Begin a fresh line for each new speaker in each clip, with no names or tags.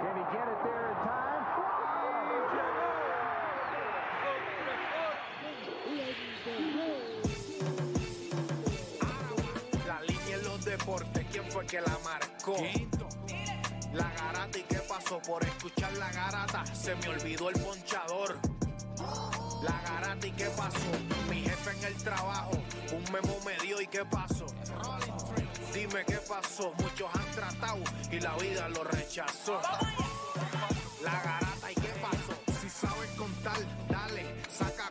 it there in time?
La línea en los deportes, ¿quién fue que la marcó? La garata y qué pasó por escuchar la garata, se me olvidó el ponchador. La garata y qué pasó, mi jefe en el trabajo, un memo me dio y qué pasó. Dime qué pasó, muchos han tratado y la vida lo rechazó. La garata y qué pasó, si sabes contar, dale, saca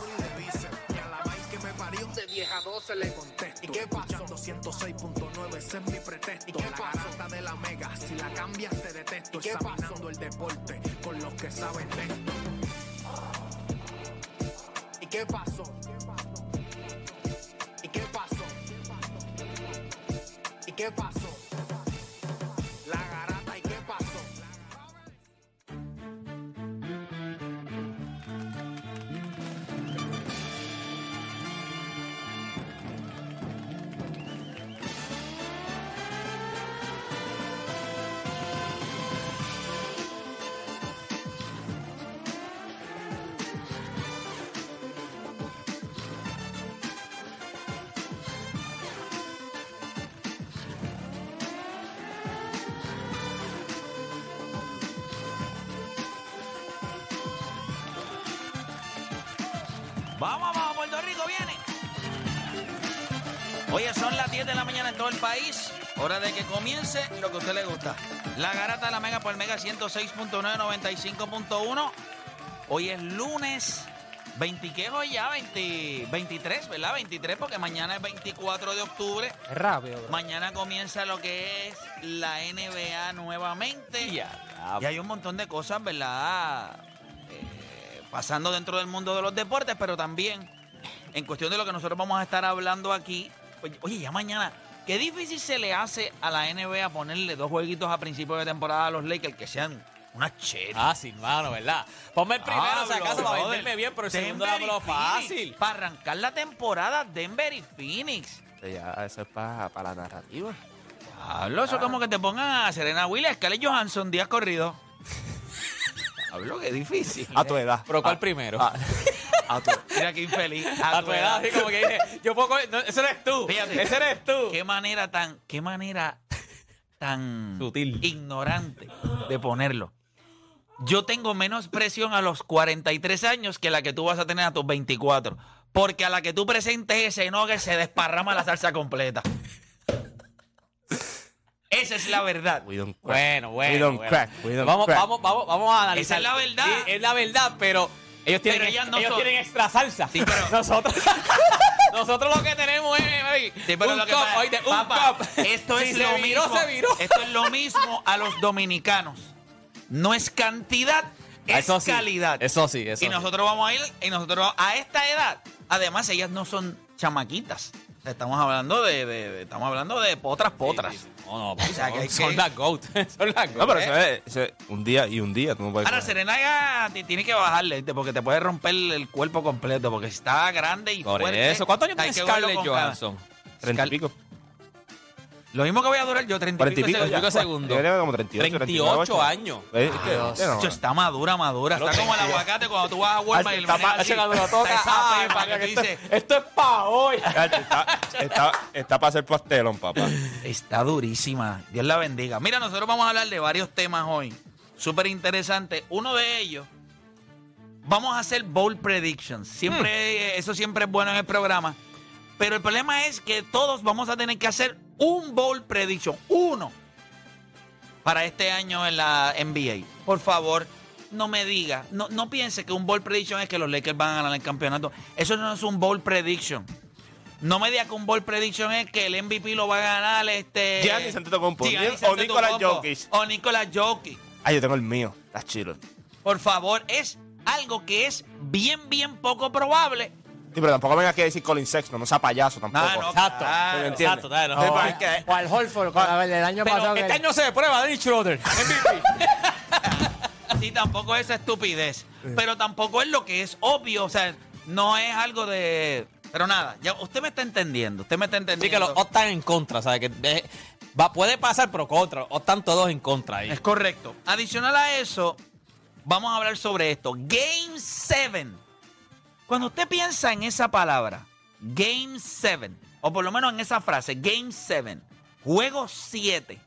y de bíceps, y a la vaina que me parió, de 10 a 12 le contesto, ¿y qué pasó? 106.9, ese es mi pretexto. ¿Y qué la garata de la mega, si la cambias te detesto. ¿Y qué Examinando el deporte con los que saben de esto. ¿Y qué pasó? ¿Y qué pasó? ¿Y qué pasó? La garata, ¿y qué pasó?
Vamos, vamos, Puerto Rico viene. Oye, son las 10 de la mañana en todo el país. Hora de que comience lo que a usted le gusta. La garata de la Mega por Mega 106.995.1. Hoy es lunes 20, ¿qué es hoy ya? 20 23, ¿verdad? 23, porque mañana es 24 de octubre.
Es rápido, bro.
Mañana comienza lo que es la NBA nuevamente.
Ya,
Y hay un montón de cosas, ¿verdad? Eh, pasando dentro del mundo de los deportes, pero también en cuestión de lo que nosotros vamos a estar hablando aquí. Oye, oye, ya mañana, qué difícil se le hace a la NBA ponerle dos jueguitos a principio de temporada a los Lakers que sean una chévere.
Ah, sin mano, ¿verdad? Ponme el primero, si acaso, para venderme bien, pero el segundo dámelo fácil.
Para arrancar la temporada, Denver y Phoenix.
Ya, eso es para la narrativa.
Hablo, eso como que te pongan a Serena Williams, Scarlett Johansson, días corridos. Hablo, qué difícil.
A tu edad.
Pero ¿cuál
A-
primero?
A, a tu
Mira qué infeliz.
A,
ah,
tu edad, así como que dije, yo puedo coger- no, ese eres tú.
Fíjate.
Ese eres tú.
Qué manera tan, qué manera tan
Sutil.
ignorante de ponerlo. Yo tengo menos presión a los 43 años que la que tú vas a tener a tus 24. Porque a la que tú presentes ese que se desparrama la salsa completa. Esa es la verdad.
We don't crack.
Bueno, bueno.
We don't
bueno.
crack. We don't
vamos,
crack.
vamos, vamos, vamos a analizar.
Esa es la verdad.
Sí, es la verdad, pero ellos tienen,
Pero ellas no
ellos
son-
tienen extra salsa.
Sí, pero-
Nosotros. Nosotros lo que tenemos es ey,
Sí, pero
un
lo que
cup,
pasa-
oíste, un
Papá,
cup.
Esto
Si
es
se
lo
viró,
mismo.
se viró.
Esto es lo mismo a los dominicanos. No es cantidad, es
Eso sí,
calidad.
eso sí, eso
Y
sí.
nosotros vamos a ir, y nosotros a esta edad, además ellas no son chamaquitas. Estamos hablando de, de- de- estamos hablando de potras potras.
No, no,
O sea, que hay
son
que-
las GOAT. Son las
No,
GOAT.
pero eso es, eso es un día y un día. Tú no puedes
Ahora
coger.
Serena ya ti- tiene que bajarle, ¿viste? porque te puede romper el cuerpo completo, porque si está grande y
Por
fuerte,
eso. ¿Cuántos años
hay
tiene
que verlo
Scarlett
con cada-
Johansson?
Treinta y pico.
Lo mismo que voy a durar yo, 30
Cuarenta y pico.
ese-
ya.
pico segundo.
Yo le veo como 38,
38 años.
Es que- no,
Chacho, está madura, madura.
Yo
Está
lo
como el
tengo.
aguacate cuando tú vas a Walmart y el
Ah, Está
manejas
pa-
así.
cuando lo
Está
toca,
esa
ay,
pepa que
María,
tú
esto-
dices,
Esto es pa' hoy.
Chacho, Está, está, está para hacer pastelón, papá.
está durísima. Dios la bendiga. Mira, nosotros vamos a hablar de varios temas hoy. Súper interesante. Uno de ellos, vamos a hacer bold predictions. Siempre,
Hmm.
eh, eso siempre es bueno en el programa. Pero el problema es que todos vamos a tener que hacer un bowl prediction, uno, para este año en la NBA. Por favor, no me diga, no, no piense que un bowl prediction es que los Lakers van a ganar el campeonato. Eso no es un bowl prediction. No me diga que un bowl prediction es que el MVP lo va a ganar este...
Giannis Antetokounmpo.
Giannis
O Nikola
Antetokounmpo.
Jokic.
O Nikola Jokic.
Ah, yo tengo el mío. Está chido. Sí,
Por favor, es algo que es bien, bien poco probable.
pero tampoco me vengas aquí a decir Colin Sexton, no sea payaso tampoco.
No, no,
Exacto.
claro.
¿Entiendes?
Ah, Exacto, dale, no.
Sí,
No,
pero es que- Ah.
O al Holford, con la- el año
Pero
pasado. que-
este año se prueba Danny Schroeder.
Sí, tampoco es esa estupidez. Pero tampoco es lo que es obvio. O sea, no es algo de. Pero nada, ya usted me está entendiendo. Usted me está
Así que
entendiendo.
los odds están en contra, ¿sabes? Que eh, va, puede pasar, pero contra. Los odds están todos en contra ahí.
Es correcto. Adicional a eso, vamos a hablar sobre esto. Game 7. Cuando usted piensa en esa palabra, Game 7, o por lo menos en esa frase, Game 7, juego 7,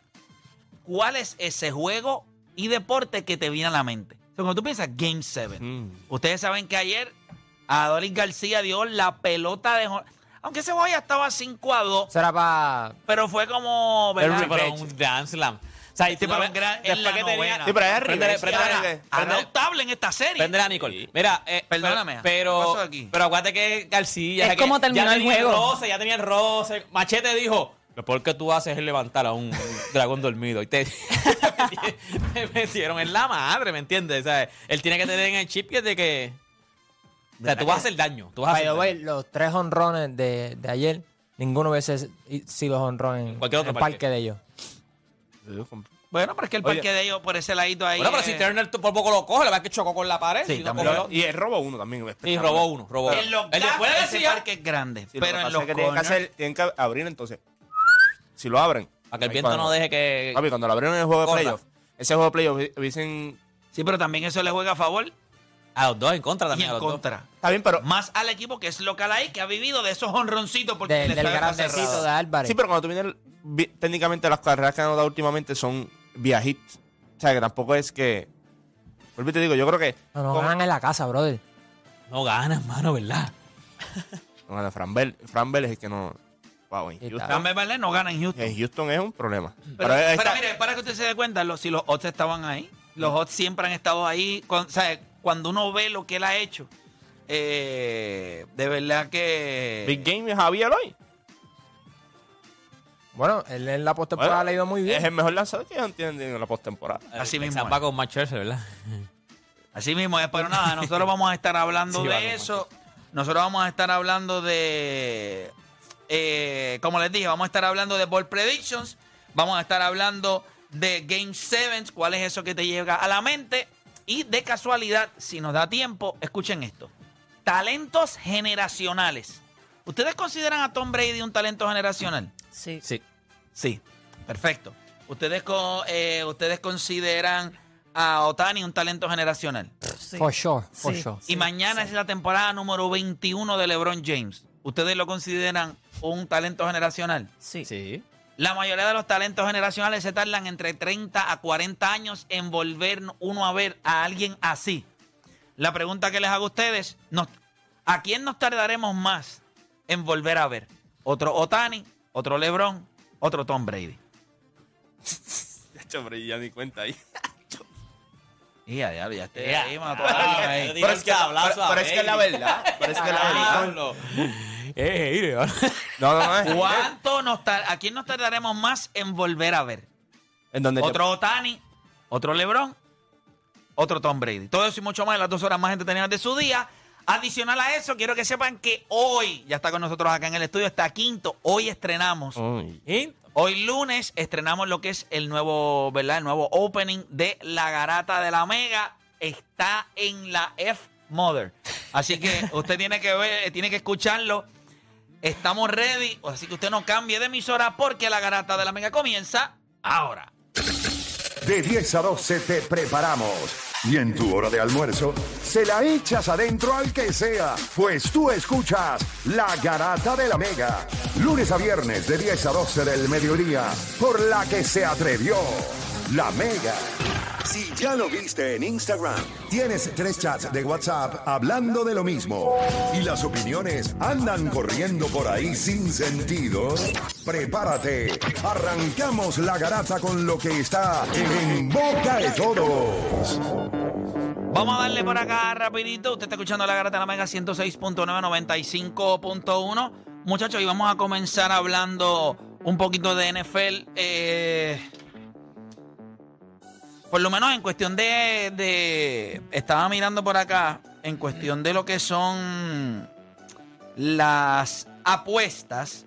¿cuál es ese juego y deporte que te viene a la mente? O sea, cuando tú piensas Game 7, ustedes saben que ayer a Doris García dio la pelota de... jo- Aunque ese juego ya estaba 5 a 2,
Eso era para.
pero fue como... ¿verdad?
Sí, pero un Grand Slam. O sea, y
Este
tú no
para un
ves-
gran-
después
en la
que tenía-
novena.
Sí, pero es
Préndele,
River.
préndele,
Ahora,
préndele.
Anotable en esta serie.
Vendrá Nicole. Mira, eh,
Perdóname,
Pero,
¿qué pasó aquí?
pero acuérdate que García.
Es
que
como terminó
ya
el
tenía
juego.
roce, ya tenía el roce. Machete dijo: Lo peor que tú haces es levantar a un dragón dormido. Y te, te metieron en la madre, ¿me entiendes? O sea, él tiene que tener en el chip que de que. O sea, tú vas a hacer daño. Tú vas a
By
hacer
the
daño.
way, los tres honrones de, de ayer, ninguno hubiese sido honrón en,
cualquier otro
el parque.
parque.
de ellos.
Bueno, pero es que el
Oye.
parque de ellos por ese ladito ahí.
Bueno, pero
eh,
si Turner tú por poco lo coge, la verdad es que chocó con la pared.
Sí,
si no
también.
cogió-
Y él robó uno también.
Sí, robó uno, robó uno.
en los
el de
gaps,
fuera
ese
decía-
parque es grande.
Sí, lo
pero
que
en
pasa
los
es que tienen que,
corners,
hacer, tienen que abrir entonces. Si lo abren.
Para que el
Ahí
viento no
cuando-
deje que.
Papi, cuando lo abrieron en el juego de
Corra.
playoff, ese juego de playoff hubi- hubiesen.
Sí, pero también eso le juega a favor
A los dos en contra
y
también. a
en
los dos.
contra.
Está bien, pero.
Más al equipo que es local ahí, que ha vivido de esos honroncitos porque
Del-
le
del
sabe más
grandecito
cerrado.
de Álvarez.
Sí, pero cuando tú vienes. vi- técnicamente las carreras que han dado últimamente son viajitos. O sea, que tampoco es que. Vuelvo y te digo, yo creo que.
No, no
con-
ganan en la casa, brother.
No ganan, mano, ¿verdad?
No, no, Fran Bell, Fran Bell es el que no. Wow, en
Sí,
Houston,
está.
También vale, no gana en Houston.
en Houston es un problema. Pero,
Pero,
ahí
pero
está-
mire, para que usted se dé cuenta, los, si los odds estaban ahí, los odds siempre han estado ahí. con- o sea, cuando uno ve lo que él ha hecho, eh, de verdad que.
Big Game es Javier hoy.
Bueno, él en la postemporada
Bueno,
le ha ido muy
Es
bien.
el mejor lanzador que ellos tienen en la postemporada.
Así
El
mismo
Texas
es.
Va con Matt Scherzer, ¿verdad?
Así mismo es, pero nada, nosotros vamos a estar hablando
Sí,
de
vale,
eso. Nosotros vamos a estar hablando de. eh, como les dije, vamos a estar hablando de Ball Predictions. Vamos a estar hablando de Game 7, cuál es eso que te llega a la mente. Y de casualidad, si nos da tiempo, escuchen esto: talentos generacionales. ¿Ustedes consideran a Tom Brady un talento generacional?
Sí.
Sí.
Sí, perfecto. ¿Ustedes, co- eh, ¿ustedes consideran a Otani un talento generacional?
sí.
For sure, for
Sí.
sure.
y mañana es la temporada número 21 de LeBron James. ¿Ustedes lo consideran un talento generacional?
Sí.
Sí.
La mayoría de los talentos generacionales se tardan entre 30 a 40 años en volver uno a ver a alguien así. La pregunta que les hago a ustedes, nos- ¿a quién nos tardaremos más en volver a ver? ¿Otro Otani, otro LeBron, otro Tom Brady?
ya ni cuenta ahí.
Y ya, ya, ya, estoy ahí, mano, todo ahí.
Pero
Pero es que, pero- pero es que es la verdad. Pero es que es la verdad.
Eh,
No, no, no. es-
¿Cuánto nos tar- ¿A quién nos tardaremos más en volver a ver?
En donde te-
Otro Otani, otro LeBron, otro Tom Brady. Todo eso y mucho más en las dos horas más entretenidas de su día. Adicional a eso, quiero que sepan que hoy, ya está con nosotros acá en el estudio, está quinto. Hoy estrenamos,
Uy.
hoy lunes, estrenamos lo que es el nuevo, ¿verdad? El nuevo opening de La Garata de la Mega. Está en la F Mother. Así que usted tiene que ver, tiene que escucharlo. Estamos ready, así que usted no cambie de emisora porque La Garata de la Mega comienza ahora.
De 10 a 12 te preparamos. Y en tu hora de almuerzo, se la echas adentro al que sea, pues tú escuchas La Garata de la Mega. Lunes a viernes de 10 a 12 del mediodía, por la que se atrevió La Mega. Si ya lo viste en Instagram, tienes tres chats de WhatsApp hablando de lo mismo y las opiniones andan corriendo por ahí sin sentido, prepárate. Arrancamos la garata con lo que está en boca de todos.
Vamos a darle por acá rapidito. Usted está escuchando la Garata de la Mega 106.995.1. Muchachos, y vamos a comenzar hablando un poquito de NFL. eh, por lo menos en cuestión de, de- Estaba mirando por acá. En cuestión de lo que son las apuestas.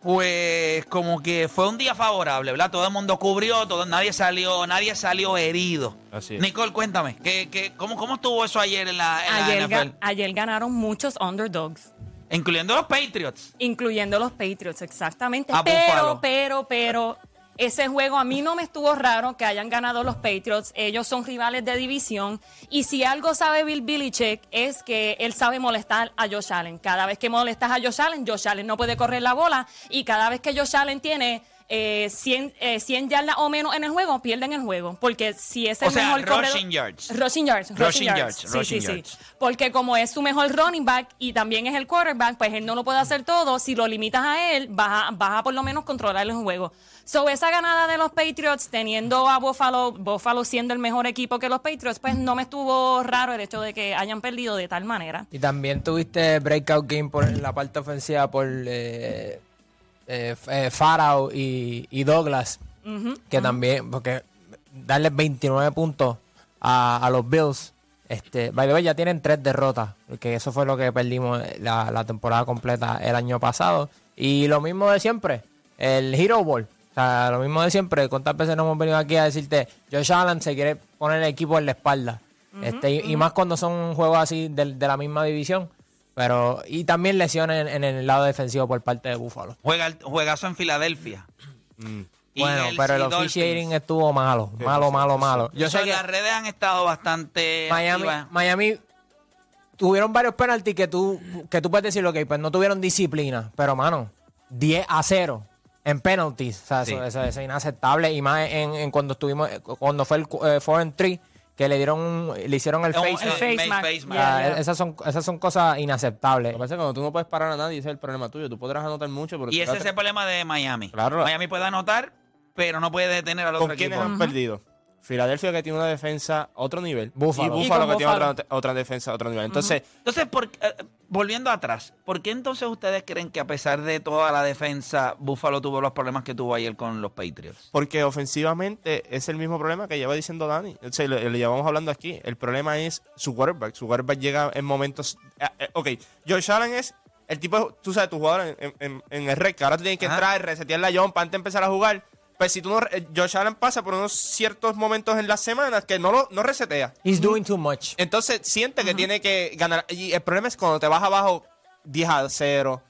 Pues como que fue un día favorable, ¿verdad? Todo el mundo cubrió, todo, nadie salió, nadie salió herido.
Así es.
Nicole, cuéntame, ¿qué, qué, cómo, ¿cómo estuvo eso ayer en la, en la
Ayer, ga-
NFL?
ayer ganaron muchos underdogs,
Incluyendo los Patriots.
incluyendo los Patriots, exactamente.
A Buffalo.
pero, pero, pero, ese juego a mí no me estuvo raro que hayan ganado los Patriots. Ellos son rivales de división. Y si algo sabe Bill Belichick es que él sabe molestar a Josh Allen. Cada vez que molestas a Josh Allen, Josh Allen no puede correr la bola. Y cada vez que Josh Allen tiene... eh, 100, eh, 100 yardas o menos en el juego, pierden el juego. Porque si es el
O sea,
mejor corredor-
rushing yards.
Rushing yards.
Rushing
Rushing
yards,
yards. Sí,
rushing
sí,
yards.
sí. Porque como es su mejor running back y también es el quarterback, pues él no lo puede hacer todo. Si lo limitas a él, vas a, vas a por lo menos controlar el juego. So, esa ganada de los Patriots, teniendo a Buffalo, Buffalo siendo el mejor equipo que los Patriots, pues no me estuvo raro el hecho de que hayan perdido de tal manera.
Y también tuviste breakout game por en la parte ofensiva por eh, eh, F- eh, Farah y, y Douglas. que también, porque darle 29 puntos a, a los Bills. Este, by the way, ya tienen tres derrotas, porque eso fue lo que perdimos la, la temporada completa el año pasado. Y lo mismo de siempre, el Hero Ball. O sea, lo mismo de siempre. ¿Cuántas veces nos hemos venido aquí a decirte, Josh Allen se quiere poner el equipo en la espalda? Este, y, y más cuando son juegos así del- de, la misma división. Pero, y también lesiones en, en el lado defensivo por parte de Buffalo.
Juega, juegazo en Filadelfia.
Mm.
Y
Bueno,
el
pero el
Dolphins.
officiating estuvo malo, malo, malo, malo. Yo
Eso,
sé que
las redes han estado bastante
Miami,
activas.
Miami tuvieron varios penaltis que tú, que tú puedes decir, ok, pues no tuvieron disciplina, pero mano, 10 a 0 en penalties. O sea,
Sí.
eso, eso- eso es inaceptable. Y más en, en cuando estuvimos, cuando fue el cu- eh, Foreign 3, que le dieron un- le hicieron el
Eh, un-
face.
eh, ma-
mask.
face mask.
face
O
mask.
sea,
ya, ya.
Esas, son, esas son cosas inaceptables.
Lo que pasa es que cuando tú no puedes parar a nadie, ese es el problema tuyo. Tú podrás anotar mucho, pero
Y
si
ese
la-
es el problema de Miami.
Claro.
Miami puede anotar, pero no puede detener al
¿Con
otro
quiénes
equipo.
han perdido? Filadelfia que tiene una defensa a otro nivel.
Búfalo.
Y
Y con
Búfalo que tiene
Búfalo.
otra, otra defensa a otro nivel. Entonces,
Entonces, por- eh, volviendo atrás, ¿por qué entonces ustedes creen que a pesar de toda la defensa, Buffalo tuvo los problemas que tuvo ayer con los Patriots?
porque ofensivamente es el mismo problema que lleva diciendo Dani. O sea, le, le llevamos hablando aquí. El problema es su quarterback. Su quarterback llega en momentos. ah, eh, ok, Josh Allen es el tipo, tú sabes, tu jugador en, en- en el rec. Ahora tú tienes que
Ajá.
entrar, resetear la jump antes de empezar a jugar. Pues si tú no. eh, Josh Allen pasa por unos ciertos momentos en las semanas que no lo no resetea.
He's doing too much.
Entonces siente que tiene que ganar. Y el problema es cuando te vas abajo 10 a 0,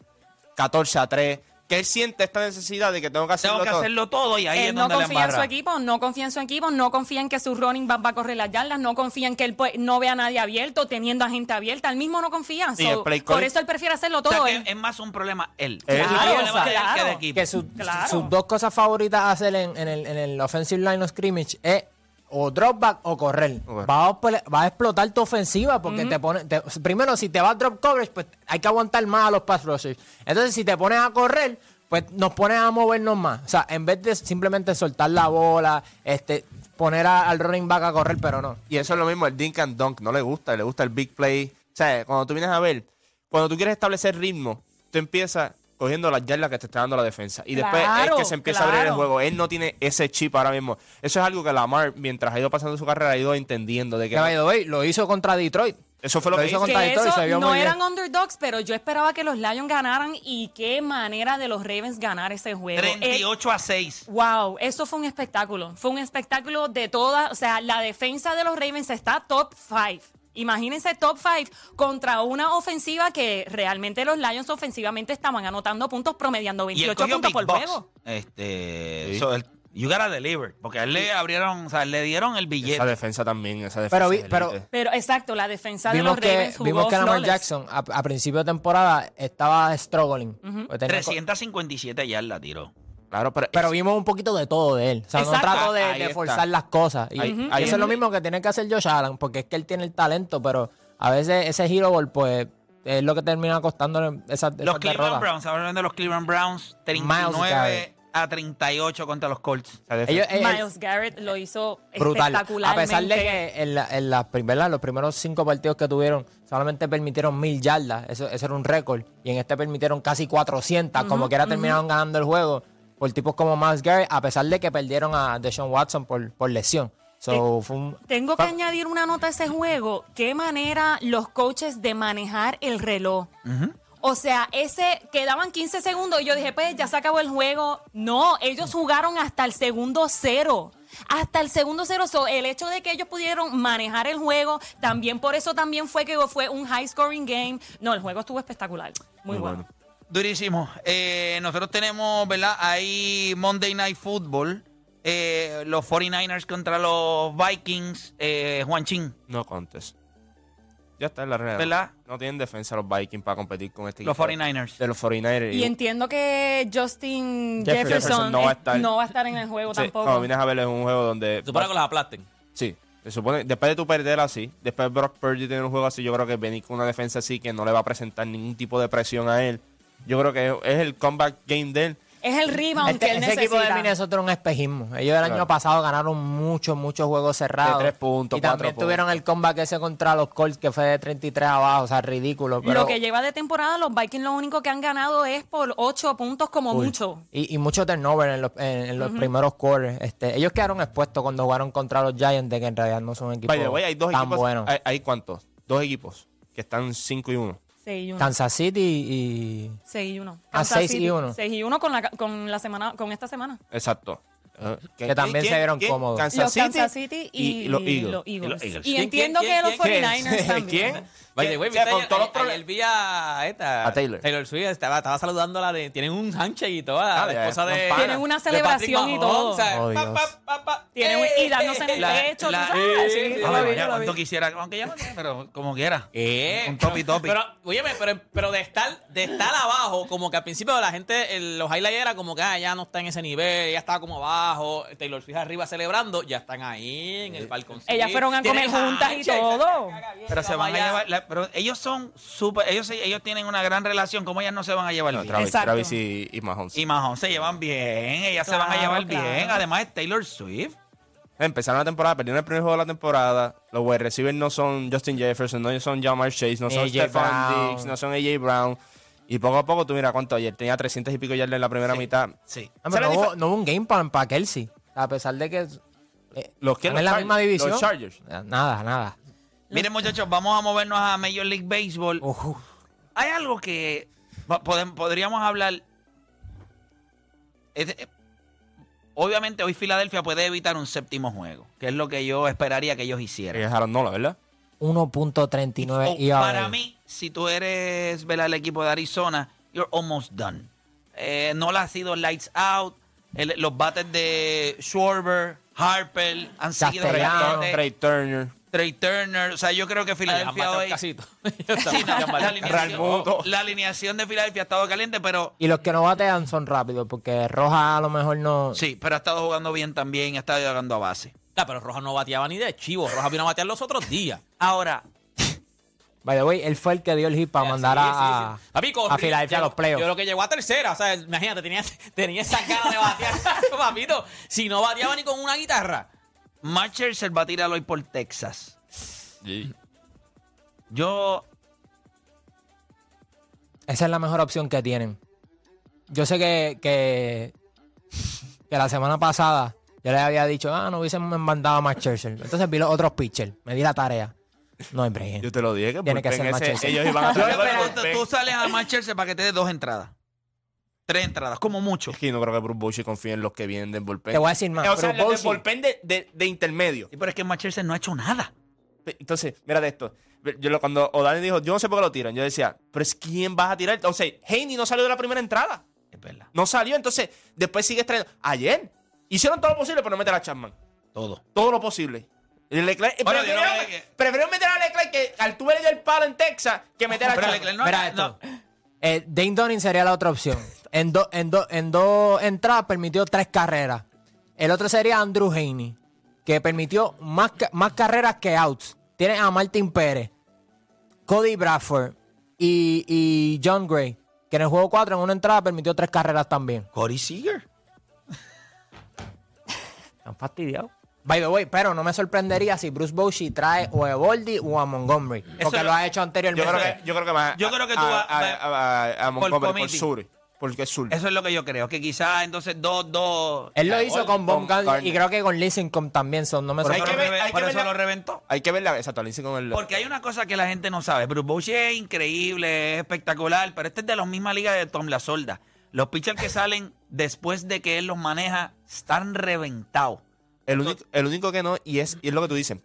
14 a 3, que él siente esta necesidad de que tengo que hacerlo
Tengo que
todo.
hacerlo todo y ahí es
él no
donde la
confía en su
embarra.
equipo, no confía en su equipo, no confía en que su running back va a correr las yardas, no confía en que él pues, no vea a nadie abierto, teniendo a gente abierta, él mismo no confía.
Sí, el
So,
play
por
calling-
eso él prefiere hacerlo
O
todo.
sea,
él.
que es más un problema él.
Él.
El
Claro,
problema que él
claro.
que de equipo.
que su-
Claro.
sus dos cosas favoritas hacer en, en el, en el offensive line of scrimmage es o dropback o correr.
Correr.
Va, a, pele- va a explotar tu ofensiva porque te pone. te- primero, si te va a drop coverage, pues hay que aguantar más a los pass rushers. Entonces, si te pones a correr, pues nos pones a movernos más. O sea, en vez de simplemente soltar la bola, este poner a- al running back a correr, pero no.
Y eso es lo mismo, el dink and dunk, no le gusta, le gusta el big play. O sea, cuando tú vienes a ver, cuando tú quieres establecer ritmo, tú empiezas cogiendo las yardas que te está dando la defensa. Y después es
Claro,
que se empieza a abrir el
claro.
juego. Él no tiene ese chip ahora mismo. Eso es algo que Lamar, mientras ha ido pasando su carrera, ha ido entendiendo de que...
Que by the way, lo hizo contra Detroit.
Eso fue lo,
Lo
que
hizo
hizo.
con-
que
contadito y se vio
eso
muy
no
bien.
eran underdogs, pero yo esperaba que los Lions ganaran y qué manera de los Ravens ganar ese juego. Eh,
38 a 6.
Wow, eso fue un espectáculo. Fue un espectáculo de todas. O sea, la defensa de los Ravens está top 5. Imagínense top 5 contra una ofensiva que realmente los Lions ofensivamente estaban anotando puntos, promediando
Y él
28
cogió
puntos
Big
por
Box.
juego.
Este, so, el- you gotta deliver. Porque a él le abrieron, o sea, le dieron el
Esa
billete.
defensa también, esa defensa.
Pero vi-
es
pero-
élite.
Pero exacto, la defensa
Vimos
de los
que,
Ravens jugó
vimos que Lamar
flawless.
Jackson a, a principio de temporada estaba struggling. Pues tenía co-
357 yardas tiró.
Claro, pero,
Pero vimos un poquito de todo de él. O sea, no
Exacto.
trato de,
Ahí
de
está.
forzar las cosas. Y,
Ahí-
y
ahí
eso es
está.
lo mismo que tiene que hacer Josh Allen, porque es que él tiene el talento, pero a veces ese hero ball, pues, es lo que termina costándole esas,
Los
esas
Cleveland
derrotas.
Browns, ahora hablando de los Cleveland Browns,
Miles
39
Garrett.
a 38 contra los Colts.
o sea,
Ellos- eh, eh,
Miles Garrett lo hizo
brutal. A
espectacularmente.
pesar de que en, la- en las prim- ¿verdad? los primeros cinco partidos que tuvieron solamente permitieron mil yardas, eso, eso era un récord, y en este permitieron casi 400, como que era terminaron ganando el juego por tipos como Miles Garrett, a pesar de que perdieron a Deshaun Watson por, por lesión. So, fue un-
Tengo que
fue-
añadir una nota a ese juego. Qué manera los coaches de manejar el reloj. O sea, ese quedaban 15 segundos y yo dije, pues ya se acabó el juego. No, ellos jugaron hasta el segundo cero. Hasta el segundo cero. So, el hecho de que ellos pudieron manejar el juego, también por eso también fue que fue un high scoring game. No, el juego estuvo espectacular. Muy, bueno.
Durísimo. Eh, nosotros tenemos, ¿verdad? Ahí Monday Night Football. eh, los 49ers contra los Vikings. Eh, Juan Chin.
No contes. Ya está en la realidad.
¿Verdad?
No tienen defensa los Vikings para competir con este
Los
equipo
49ers.
De los 49ers.
Y entiendo que Justin
Jefferson
Jefferson,
no
no,
va a
va
estar.
a estar en el juego
Sí,
tampoco.
Cuando vienes a ver es un juego donde...
Supone que los aplasten.
Sí. Se supone, después de tu perder así, después de Brock Purdy tener un juego así, yo creo que venir con una defensa así que no le va a presentar ningún tipo de presión a él. Yo creo que es el comeback game de él.
Es el rebound
Este-
que él
ese equipo de
necesita.
Minnesota era un espejismo. Ellos el
Claro.
año pasado ganaron muchos, muchos juegos cerrados.
De tres puntos,
Y también
cuatro
tuvieron el comeback ese contra los Colts, que fue de 33 abajo. O sea, ridículo. Pero
lo que lleva de temporada, los Vikings lo único que han ganado es por 8 puntos como mucho.
Y, y mucho turnover en los, en, en los primeros quarters. Este, ellos quedaron expuestos cuando jugaron contra los Giants, de que en realidad no son un equipo
By the way, hay dos
tan
equipos. eh,
bueno.
Hay, hay cuántos? Dos equipos que están 5 y 1.
Seis y 1.
Kansas City y...
6 y 1.
Ah, seis y uno.
6 y 1 con, la, con, la semana, con esta semana.
Exacto. Eh,
Que también se vieron cómodos.
Kansas
los
City
Kansas City y,
los Eagles.
los
Y los Eagles.
Y
¿Quién,
entiendo
quién,
que
quién,
los 49ers también.
¿Quién?
By the way,
O sea,
viste
con
ayer-
todos los
ayer- ayer
problemas-
vi a esta,
A Taylor.
Swift, estaba, estaba saludándola, de, tienen un handshake y toda,
Ah,
la
ya,
esposa
son
de...
panas.
Tienen una
de Patrick
celebración y
Mahomes,
todo.
¿sabes?
Oh,
Pa,
Dios.
pa, pa, pa. Eh,
Tienen un- y dándose en el
La-
pecho, tú
la-
sabes.
Sí,
Sí,
sí,
yo
Ay,
lo
ya,
vi, yo lo vi.
cuánto quisiera, aunque ya no sé, pero como quiera.
Eh,
Un topi topi.
Pero, óyeme, pero, pero de estar, de estar abajo, como que al principio la gente, el- los highlights era como que ah, ya no está en ese nivel, ya estaba como abajo, Taylor Swift arriba celebrando, ya están ahí en el balconcito.
Ellas fueron a comer
Tienen
juntas y
cancha,
todo.
Pero se van a
vaya.
llevar. la- pero ellos son súper. Ellos, se- ellos tienen una gran relación. ¿Cómo ellas no se van a llevar
No,
bien?
Travis,
Exacto.
Travis y, y Mahomes.
Y Mahon se llevan bien. Ellas se
Claro,
van a llevar
claro.
bien. Además, es Taylor Swift.
Empezaron la temporada, perdieron el primer juego de la temporada. Los wide receivers no son Justin Jefferson, no son Jamar Chase, no son
A.J.
Stephon
Brown.
Diggs, no son A.J. Brown. Y poco a poco, tú mira cuánto ayer. Tenía 300 y pico yardas en la primera mitad.
Sí.
Ah, pero
¿Sabes la
no, hubo,
difer-
no hubo un game plan para Kelsey. A pesar de que... eh,
¿Los que
están en la misma división.
Los Chargers.
Nada, nada.
Miren, muchachos, vamos a movernos a Major League Baseball. Hay algo que po- podem- podríamos hablar. Este- Obviamente, hoy Filadelfia puede evitar un séptimo juego, que es lo que yo esperaría que ellos hicieran.
Que dejaron Nola, ¿verdad? Oh,
1.39
O,
y
para mí, si tú eres ¿verdad? el equipo de Arizona, you're almost done. Eh, no la ha sido lights out. El- los bates de Schwarber, Harper, han seguido
Castellanos,
rebotes.
Trey Turner.
Trey Turner. O sea, yo creo que
Dejan
Filadelfia
matar
hoy.
casito.
Sí, no, la, alineación,
Raimundo.
la alineación de Filadelfia ha estado caliente, pero
Y los que no batean son rápidos, porque Roja a lo mejor no.
sí, pero ha estado jugando bien también, ha estado llegando a base.
Ah, pero Rojas no bateaba ni de chivo, Rojas vino a batear los otros días.
Ahora,
By the way, él fue el que dio el hit para
Sí,
mandar
sí,
a,
sí. Papi, corrí-
a Filadelfia a
llegó-
los playoffs.
Yo creo que llegó a tercera. O sea, imagínate, tenía, tenía esa cara de batear. Papito, si no bateaba ni con una guitarra.
Matt Scherzer va a tirarlo hoy por Texas. Yo
Esa es la mejor opción que tienen. Yo sé que, que, que la semana pasada yo les había dicho, ah, no hubiésemos mandado a Max Churchill. Entonces vi los otros pitchers, me di la tarea. No, hombre.
Yo te lo dije que,
Tiene que
bullpen
ser
ese,
Manchester.
ellos iban a
Yo le
traer el
pregunto,
bullpen.
tú sales a Manchester para que te dé dos entradas. Tres entradas, como mucho.
Es que yo no creo que Bruce Bochy confíe en los que vienen del bullpen.
Te voy a decir más.
Eh, o sea,
Bruce
los del
Bochy-
bullpen de, de- de intermedio.
Sí, pero es que Manchester no ha hecho nada.
Entonces, mira de esto. Yo lo- cuando O'Dani dijo, yo no sé por qué lo tiran, yo decía, pero es quién vas a tirar. Entonces, Haney no salió de la primera entrada.
Es verdad.
No salió. Entonces, después sigue trayendo. Ayer hicieron todo lo posible para no meter a Chapman.
Todo.
Todo lo posible. Y Leclerc- eh,
Bueno,
prefirieron,
yo creo que-
prefirieron meter a Leclerc que al tuve le dio el palo en Texas que meter a
Pero
Chapman.
Leclerc no,
Mira
no.
esto. Eh, Dane Dunning sería la otra opción. En dos en do- en dos entradas permitió tres carreras. El otro sería Andrew Haney, que permitió más, ca- más carreras que outs. Tienes a Martin Pérez, Cody Bradford y, y John Gray, que en el juego 4 en una entrada permitió tres carreras también.
Corey Seager.
Están fastidiados. By the way, pero no me sorprendería si Bruce Bochy trae o a Evoldi o a Montgomery, porque
lo-
lo ha hecho
Yo
anteriormente.
creo que, yo creo que más.
Yo creo que tú
a,
vas-
a, a, a- a Montgomery, por,
committee.
sur. Porque es sur.
Eso es lo que yo creo. Que quizás entonces dos, dos.
Él lo hizo con Von
Baumgartner.
Gardner y creo que con Lissincomb también son. No me
Por eso,
que
lo,
sorprende.
ver-
reve-
hay que
por eso
ver la-
lo reventó.
Hay que ver la esa Tolisi con el.
Porque hay una cosa que la gente no sabe. Bruce Bochy es increíble, es espectacular, pero este es de la misma liga de Tom La Solda. Los pitchers que salen después de que él los maneja están reventados.
El único, el único que no, y es, y es lo que tú dices.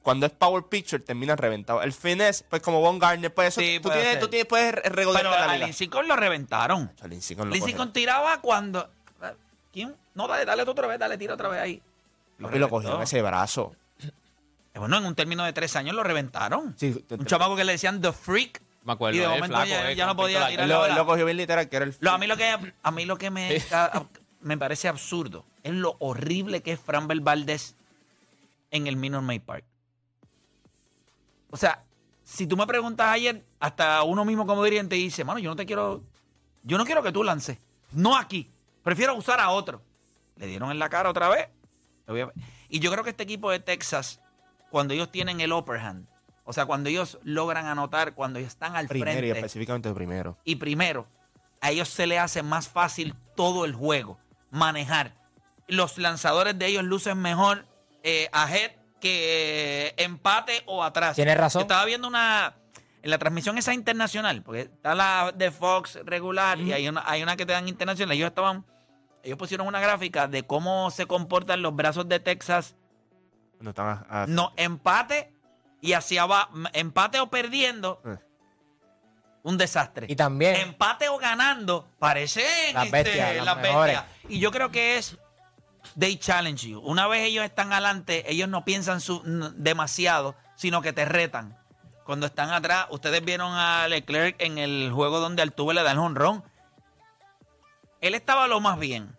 Cuando es power picture, termina reventado. El finesse, pues como Von Garner, pues eso.
Sí,
tú,
puede
tienes,
ser.
tú tienes, puedes re- regodearte
Pero
la
a
liga.
Lindsey Corn lo reventaron.
Chacho, Lindsey Conn lo
Lindsey
coge.
Corn tiraba cuando. ¿Quién? No, dale, dale tú otra vez, dale, tira otra vez ahí.
Papi, lo cogió en
reventó.
ese brazo.
Eh, Bueno, en un término de tres años lo reventaron.
Sí, te-
un
te-
chamaco que le decían The Freak.
Me acuerdo,
Y de
eh,
momento
flaco,
ya,
eh,
ya no
con
podía
pistola.
tirar la
Lo,
bola.
lo cogió bien literal, que era el.
Lo- a mí lo que, a mí lo que me, a- me parece absurdo es lo horrible que es Framber Valdez en el Minor May Park. O sea, si tú me preguntas ayer, hasta uno mismo como dirigente dice, mano, yo no te quiero, yo no quiero que tú lances. No aquí. Prefiero usar a otro. Le dieron en la cara otra vez. Obviamente. Y yo creo que este equipo de Texas, cuando ellos tienen el upper hand, o sea, cuando ellos logran anotar, cuando ellos están al
primero, y
frente
específicamente el primero.
y primero, a ellos se les hace más fácil todo el juego, manejar. Los lanzadores de ellos lucen mejor eh, ahead que eh, empate o atrás.
Tienes razón.
Yo estaba viendo una. En la transmisión esa internacional, porque está la de Fox regular y hay una, hay una que te dan internacional. Ellos estaban. Ellos pusieron una gráfica de cómo se comportan los brazos de Texas
No están a- a-
no, empate y hacia abajo. Empate o perdiendo.
Eh.
Un desastre.
Y también-
Empate o ganando. Parecen
Las
este,
bestias, las
las
mejores.
bestias. Y yo creo que es. They challenge you. Una vez ellos están adelante, ellos no piensan su- n- demasiado, sino que te retan. Cuando están atrás, ustedes vieron a Leclerc en el juego donde Altuve le da el honrón. Él estaba lo más bien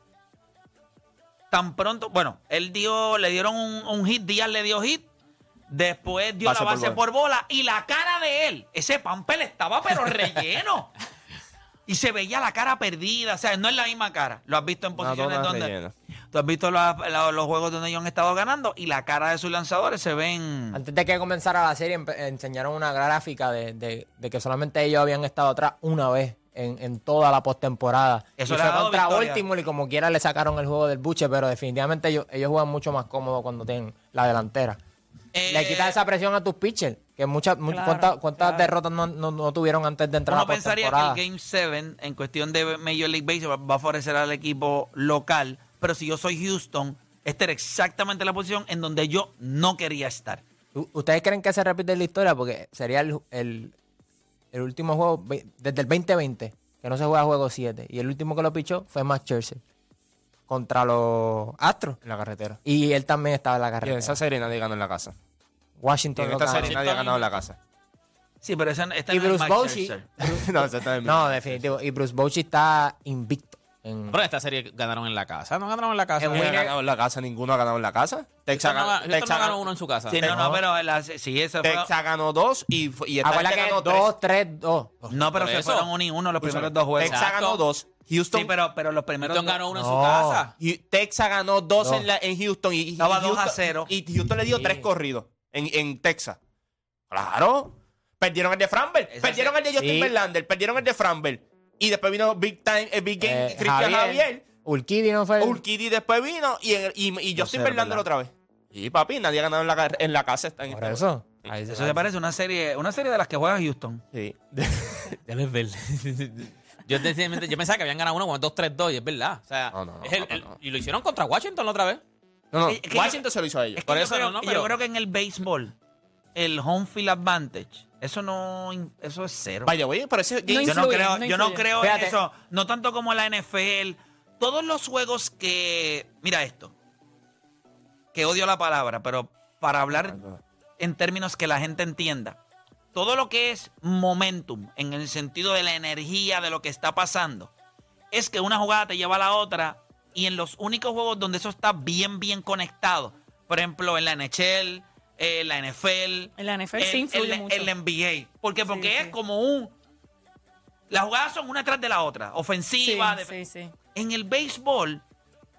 tan pronto, bueno, él dio, le dieron un, un hit, Díaz le dio hit, después dio
Base
la
por
base
bola.
por bola. y la cara de él, ese pampel estaba pero relleno. y se veía la cara perdida, o sea, no es la misma cara. Lo has visto en
Una
posiciones
dona
donde...
rellena.
Tú has visto la- la- los juegos donde ellos han estado ganando y la cara de sus lanzadores se ven...
Antes de que comenzara la serie, empe- enseñaron una gráfica de, de- de que solamente ellos habían estado atrás una vez en, en toda la postemporada.
Eso
y
le ha
fue
dado
contra
victoria.
Baltimore y como quiera le sacaron el juego del buche, pero definitivamente ellos, ellos juegan mucho más cómodo cuando tienen la delantera.
Eh,
le quitas esa presión a tus pitchers, que muchas, mu-
Claro,
cuántas, cuántas
claro.
derrotas no, no- no tuvieron antes de entrar
Uno
a la
pensaría que
postemporada.
el Game 7, en cuestión de Major League Baseball, va- va a favorecer al equipo local. Pero si yo soy Houston, esta era exactamente la posición en donde yo no quería estar.
U- ¿Ustedes creen que se repite la historia? Porque sería el, el- el último juego ve- desde el 2020, que no se juega juego 7. Y el último que lo pichó fue Max Scherzer contra los Astros.
En la carretera.
Y él también estaba en
Y
la
en
carrera.
esa serie nadie ganó en la casa. Y
Washington
en
lo
esta
ganó.
serie nadie ha ganado en la casa.
Sí, pero esa, esta
Y
no es
Bruce
Max
Bochy.
Scherzer.
no, eso está en mi-
No, definitivo. Y Bruce Bochy está invicto. en-
Pero en esta serie ganaron en la casa. No ganaron en la casa.
En
No,
Nadie ha
Winner-
ganado en la casa, ninguno ha ganado en la casa. Texas,
Houston no,
ganó-
ga- Houston
Texas
no ganó
ganó,
uno en su casa.
Sí, no, no, pero la- sí, esa fue.
Texas ganó dos y, fu- y esta
Acuérdate
gente
que
ganó tres. Oh.
2, 3,
No, pero
Por
se
eso.
fueron uno y uno los primeros dos juegos.
Texas ganó dos. Houston,
Sí, pero, pero los primeros
Houston
dos-
ganó uno
No.
en su casa.
y Texas ganó dos
No.
en, la- en Houston. Y, y
Estaba dos
Houston-
a cero.
Y Houston le dio tres corridos en, en Texas. Claro. Perdieron el de Framber.
Esa
Perdieron
se-
el de Justin
Sí.
Verlander. Perdieron el de Framber. Y después vino Big Time, eh, Big Game,
Eh,
Cristian Javier.
Urquidy no fue. el-
Urquidy después vino y, en- y, y Justin
cero,
Verlander
¿verdad?
otra vez. Y papi, nadie ha ganado en la, car- en la casa. Está en
Por
esta-
eso.
Eso se parece a una serie, una serie de las que juega Houston.
Sí.
Debes ver. Yo, sencillamente- yo pensaba que habían ganado uno con 2-3-2 y es verdad. O sea,
No, no, no,
es el-
no,
el-
no.
y lo hicieron contra Washington la otra vez.
No, no.
Es que yo-
Washington se lo hizo a ellos.
Es que
Por
yo
eso
creo,
no, no,
yo
pero-
creo que en el béisbol, el home field advantage, eso no, eso es cero.
Vaya, güey, pero ese
No
yo no
influye,
creo,
no
yo no
influye.
creo en
Fíjate.
eso. No tanto como la NFL. Todos los juegos que. Mira esto. Que odio la palabra, pero para hablar en términos que la gente entienda. todo lo que es momentum, en el sentido de la energía, de lo que está pasando, es que una jugada te lleva a la otra y en los únicos juegos donde eso está bien, bien conectado, por ejemplo, en la NHL, eh, en la NFL,
En la NFL
el,
sí influye
el-
mucho.
el NBA. ¿Por qué? Porque
Sí,
es
sí.
como un. Las jugadas son una tras de la otra.
sí,
Ofensiva. defe-
sí, sí.
En el béisbol,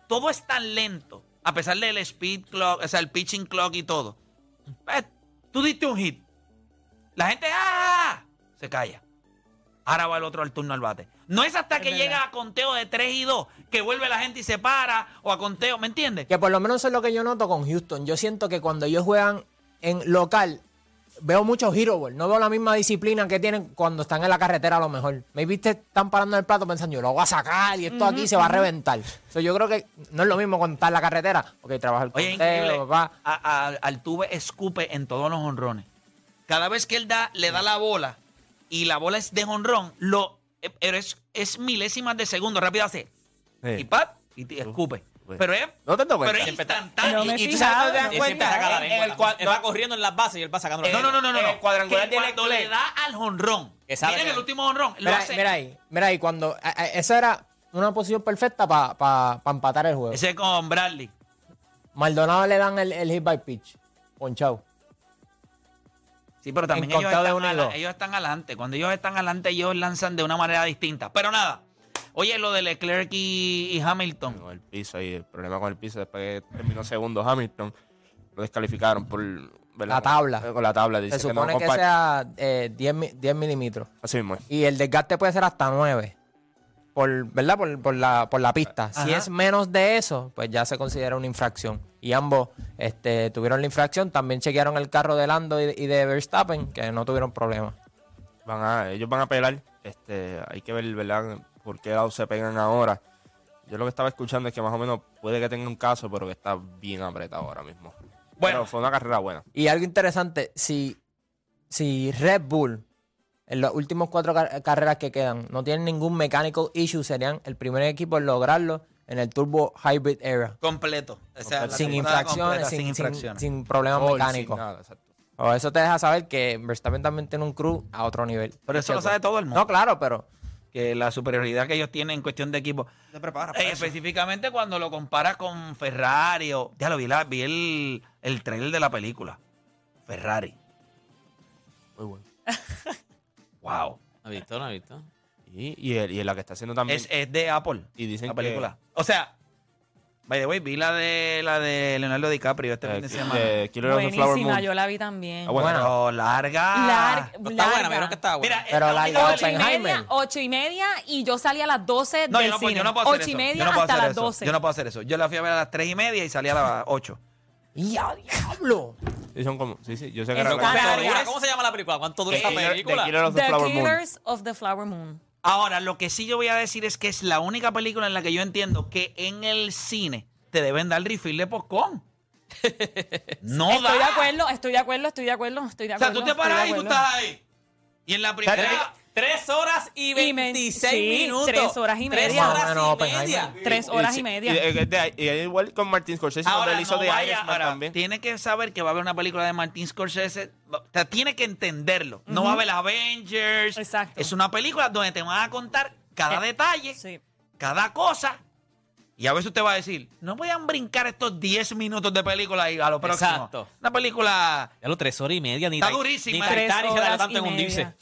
todo es tan lento. A pesar del speed clock, o sea, el pitching clock y todo. Eh, Tú diste un hit. La gente ¡ah! se calla. Ahora va el otro al turno al bate. No es hasta
Es
que
verdad.
llega a conteo de 3 y 2 que vuelve la gente y se para o a conteo, ¿me entiendes?
Que por lo menos eso es lo que yo noto con Houston. Yo siento que cuando ellos juegan en local, veo mucho hero ball. No veo la misma disciplina que tienen cuando están en la carretera a lo mejor. Me viste, están parando en el plato pensando, yo lo voy a sacar y esto aquí se va a reventar. So, yo creo que no es lo mismo cuando está en la carretera. Ok, trabaja el
Oye,
conteo,
increíble.
Eh, papá.
A- a- Altuve escupe en todos los honrones. Cada vez que él da, le da la bola y la bola es de honrón, lo, eh, pero es, es milésimas de segundo. Rápido hace y pat y te escupe.
Bueno.
Pero es,
pues. No te das cuenta.
pero es
Siempre está-
instantáneo.
No me
Y- y-
fijo.
Él siempre saca la lengua. Él va corriendo en las bases y él va sacando la
no, Eh, no, no, no, no.
El cuadrangular
Que cuando
directo
le
le-
da al honrón.
Que sabe
Miren
que-
el último honrón. Lo
Mira,
hace-
mira ahí, mira ahí, cuando. a- a- esa era una posición perfecta para empatar el juego.
Ese con Bradley.
Maldonado le dan el, el hit by pitch. Ponchao.
Sí, pero también
En
ellos
contado de
están,
unido.
ala- ellos están adelante. Cuando ellos están adelante, ellos lanzan de una manera distinta. Pero nada. Oye, lo de Leclerc y, y Hamilton.
Con el piso y el problema con el piso después que terminó segundo Hamilton lo descalificaron por ¿verdad?
La tabla.
Con la tabla dice
Se supone
no
que,
compa-
sea eh, 10, mi- 10 milímetros.
Así mismo. es.
Y el desgaste puede ser hasta 9. Por, ¿Verdad? Por, por la, por la pista. Si es menos de eso, pues ya se considera una infracción. Y ambos este, tuvieron la infracción. También chequearon el carro de Lando y, y de Verstappen, que no tuvieron problemas.
Van a, ellos van a pelar. Este, hay que ver, ¿verdad? Por qué lado se pegan ahora. Yo lo que estaba escuchando es que más o menos puede que tenga un caso, pero que está bien apretado ahora mismo. Bueno, fue una carrera buena.
Y algo interesante, si, si Red Bull, en los últimos cuatro car- carreras que quedan, no tienen ningún mechanical issue, serían el primer equipo en lograrlo en el Turbo Hybrid Era.
Completo. O sea, la
Sin
temporada
infracciones,
completa,
sin, sin-
infracciones.
sin problemas
Gol, sin
mecánicos.
nada, exacto.
O eso te deja saber que Verstappen también tiene un crew a otro nivel.
Pero eso lo sabe todo el mundo.
No, claro, pero
que la superioridad que ellos tienen en cuestión de equipo. Eh, específicamente cuando lo comparas con Ferrari. o- ya lo vi, la- vi el, el trailer de la película. Ferrari.
Muy bueno.
Wow.
¿No ha visto? ¿No ha visto?
Y, y, el- y la que está haciendo también.
Es, es de Apple.
y dicen
la
que-
película. O sea, by the way, vi la de la de Leonardo DiCaprio este fin
eh,
de semana.
eh, Killer of the Flower
Buenísima,
Moon.
yo la vi también.
Ah, bueno.
Pero larga.
Larga,
No está buena,
larga.
me dijeron que estaba buena.
Mira,
Pero
es la
larga,
única
Ocho y
Oppenheimer.
media, ocho y media y yo salí a las 12
No,
del
yo no, puedo-
cine.
yo no puedo hacer
ocho y
eso.
media
yo no puedo
hasta
hacer
las
eso.
12.
Yo no puedo hacer eso. Yo la fui a ver a las 3 y media y salí a las 8.
¡ya, diablo!
Sí, son como, sí, sí, yo sé que
Pero
Pero
era la-
¿cuánto
¿cuánto
dura?
dura? ¿Cómo se llama la película? ¿Cuánto dura
The
esta
Killer- The
película?
Killer of the
The
Flower Moon.
Killers of the Flower Moon.
Ahora, lo que sí yo voy a decir es que es la única película en la que yo entiendo que en el cine te deben dar refill de popcorn. no da.
Estoy de acuerdo, estoy de acuerdo, estoy de acuerdo, estoy de
¡Ah! O sea,
acuerdo.
tú te
estoy
paras
de
y tú
acuerdo.
estás ahí. Y en la primera.
Tres horas y
Y me-
26
sí,
minutos.
tres horas y
Tres
media.
horas
Más o menos,
y media.
Oppenheimer.
Tres horas y
Y,
media.
eh, de ahí- y ahí igual con Martin Scorsese cuando
Ahora,
él hizo
no
de
vaya-
Irishman
ahora,
también.
tiene que saber que va a haber una película de Martin Scorsese. va- O sea, tiene que entenderlo. No va a haber las Avengers.
Exacto.
Es una película donde te van a contar cada
Eh,
detalle,
Sí.
cada cosa. Y a veces usted va a decir, no puedan brincar estos 10 minutos de película y a lo próximo.
Exacto.
Una película
Ya lo tres horas y media. Ni
Está
Ti-
durísima.
Ni
Tres
Titanic se da
horas
tanto
y
en hundirse.
media.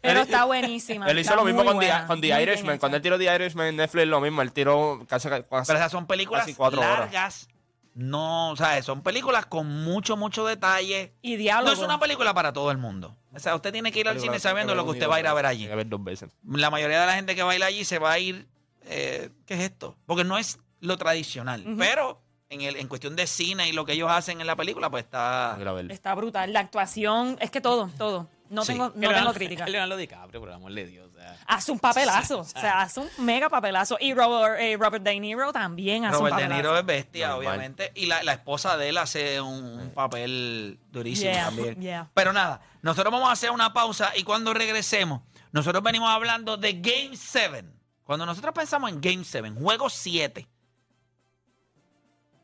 Pero está buenísima.
Él hizo
está
lo mismo
muy
con The,
buena,
con The
muy bien
Irishman.
hecha.
Cuando él tiró The Irishman en Netflix, lo mismo. Él tiró casi. casi-
Pero esas son películas
Casi cuatro horas.
largas. No, o sea, son películas con mucho, mucho detalle.
Y diálogo.
No es una película para todo el mundo. O sea, usted tiene que ir al cine sabiendo lo que usted va a ir a ver allí.
Tiene que ver dos veces.
La mayoría de la gente que baila allí se va a ir. eh, ¿Qué es esto? Porque no es lo tradicional. Pero en, el, en cuestión de cine y lo que ellos hacen en la película, pues está.
Hay que verlo.
Está brutal. La actuación, es que todo, todo. No
Sí.
tengo, no
Leonardo-
tengo crítica.
Leonardo DiCaprio, por el amor de Dios. o sea.
Hace un papelazo. O sea, hace un mega papelazo. Y Robert, eh, Robert De Niro también hace
Robert
un
De
papelazo.
Niro es bestia,
Normal.
obviamente. Y la, la esposa de él hace un, un papel durísimo
Yeah,
también.
yeah.
Pero nada, nosotros vamos a hacer una pausa y cuando regresemos, nosotros venimos hablando de Game 7. Cuando nosotros pensamos en Game 7, juego 7,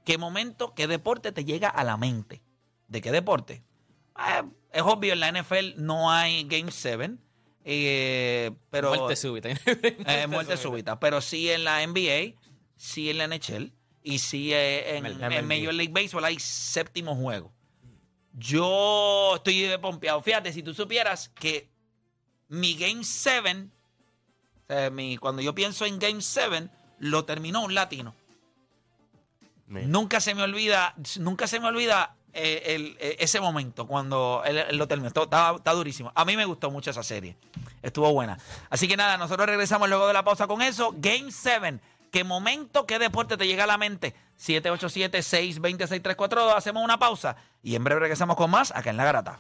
¿qué momento, qué deporte te llega a la mente? ¿De qué deporte? Eh, Es obvio, en la NFL no hay Game 7, eh, pero...
Muerte súbita.
Eh, muerte súbita. Pero sí en la NBA, sí en la NHL y sí eh, en,
MLB.
en Major League Baseball hay séptimo juego. Yo estoy pompeado. Fíjate, si tú supieras que mi Game 7, mi, cuando yo pienso en Game 7, lo terminó un latino.
Mira.
Nunca se me olvida, nunca se me olvida eh, el- eh, ese momento cuando él, él lo terminó. Todo- Está, está durísimo. A mí me gustó mucho esa serie. Estuvo buena. Así que nada, nosotros regresamos luego de la pausa con eso. Game 7. ¿Qué momento, qué deporte te llega a la mente? 787 620 6342 Hacemos una pausa y en breve regresamos con más acá en La Garata.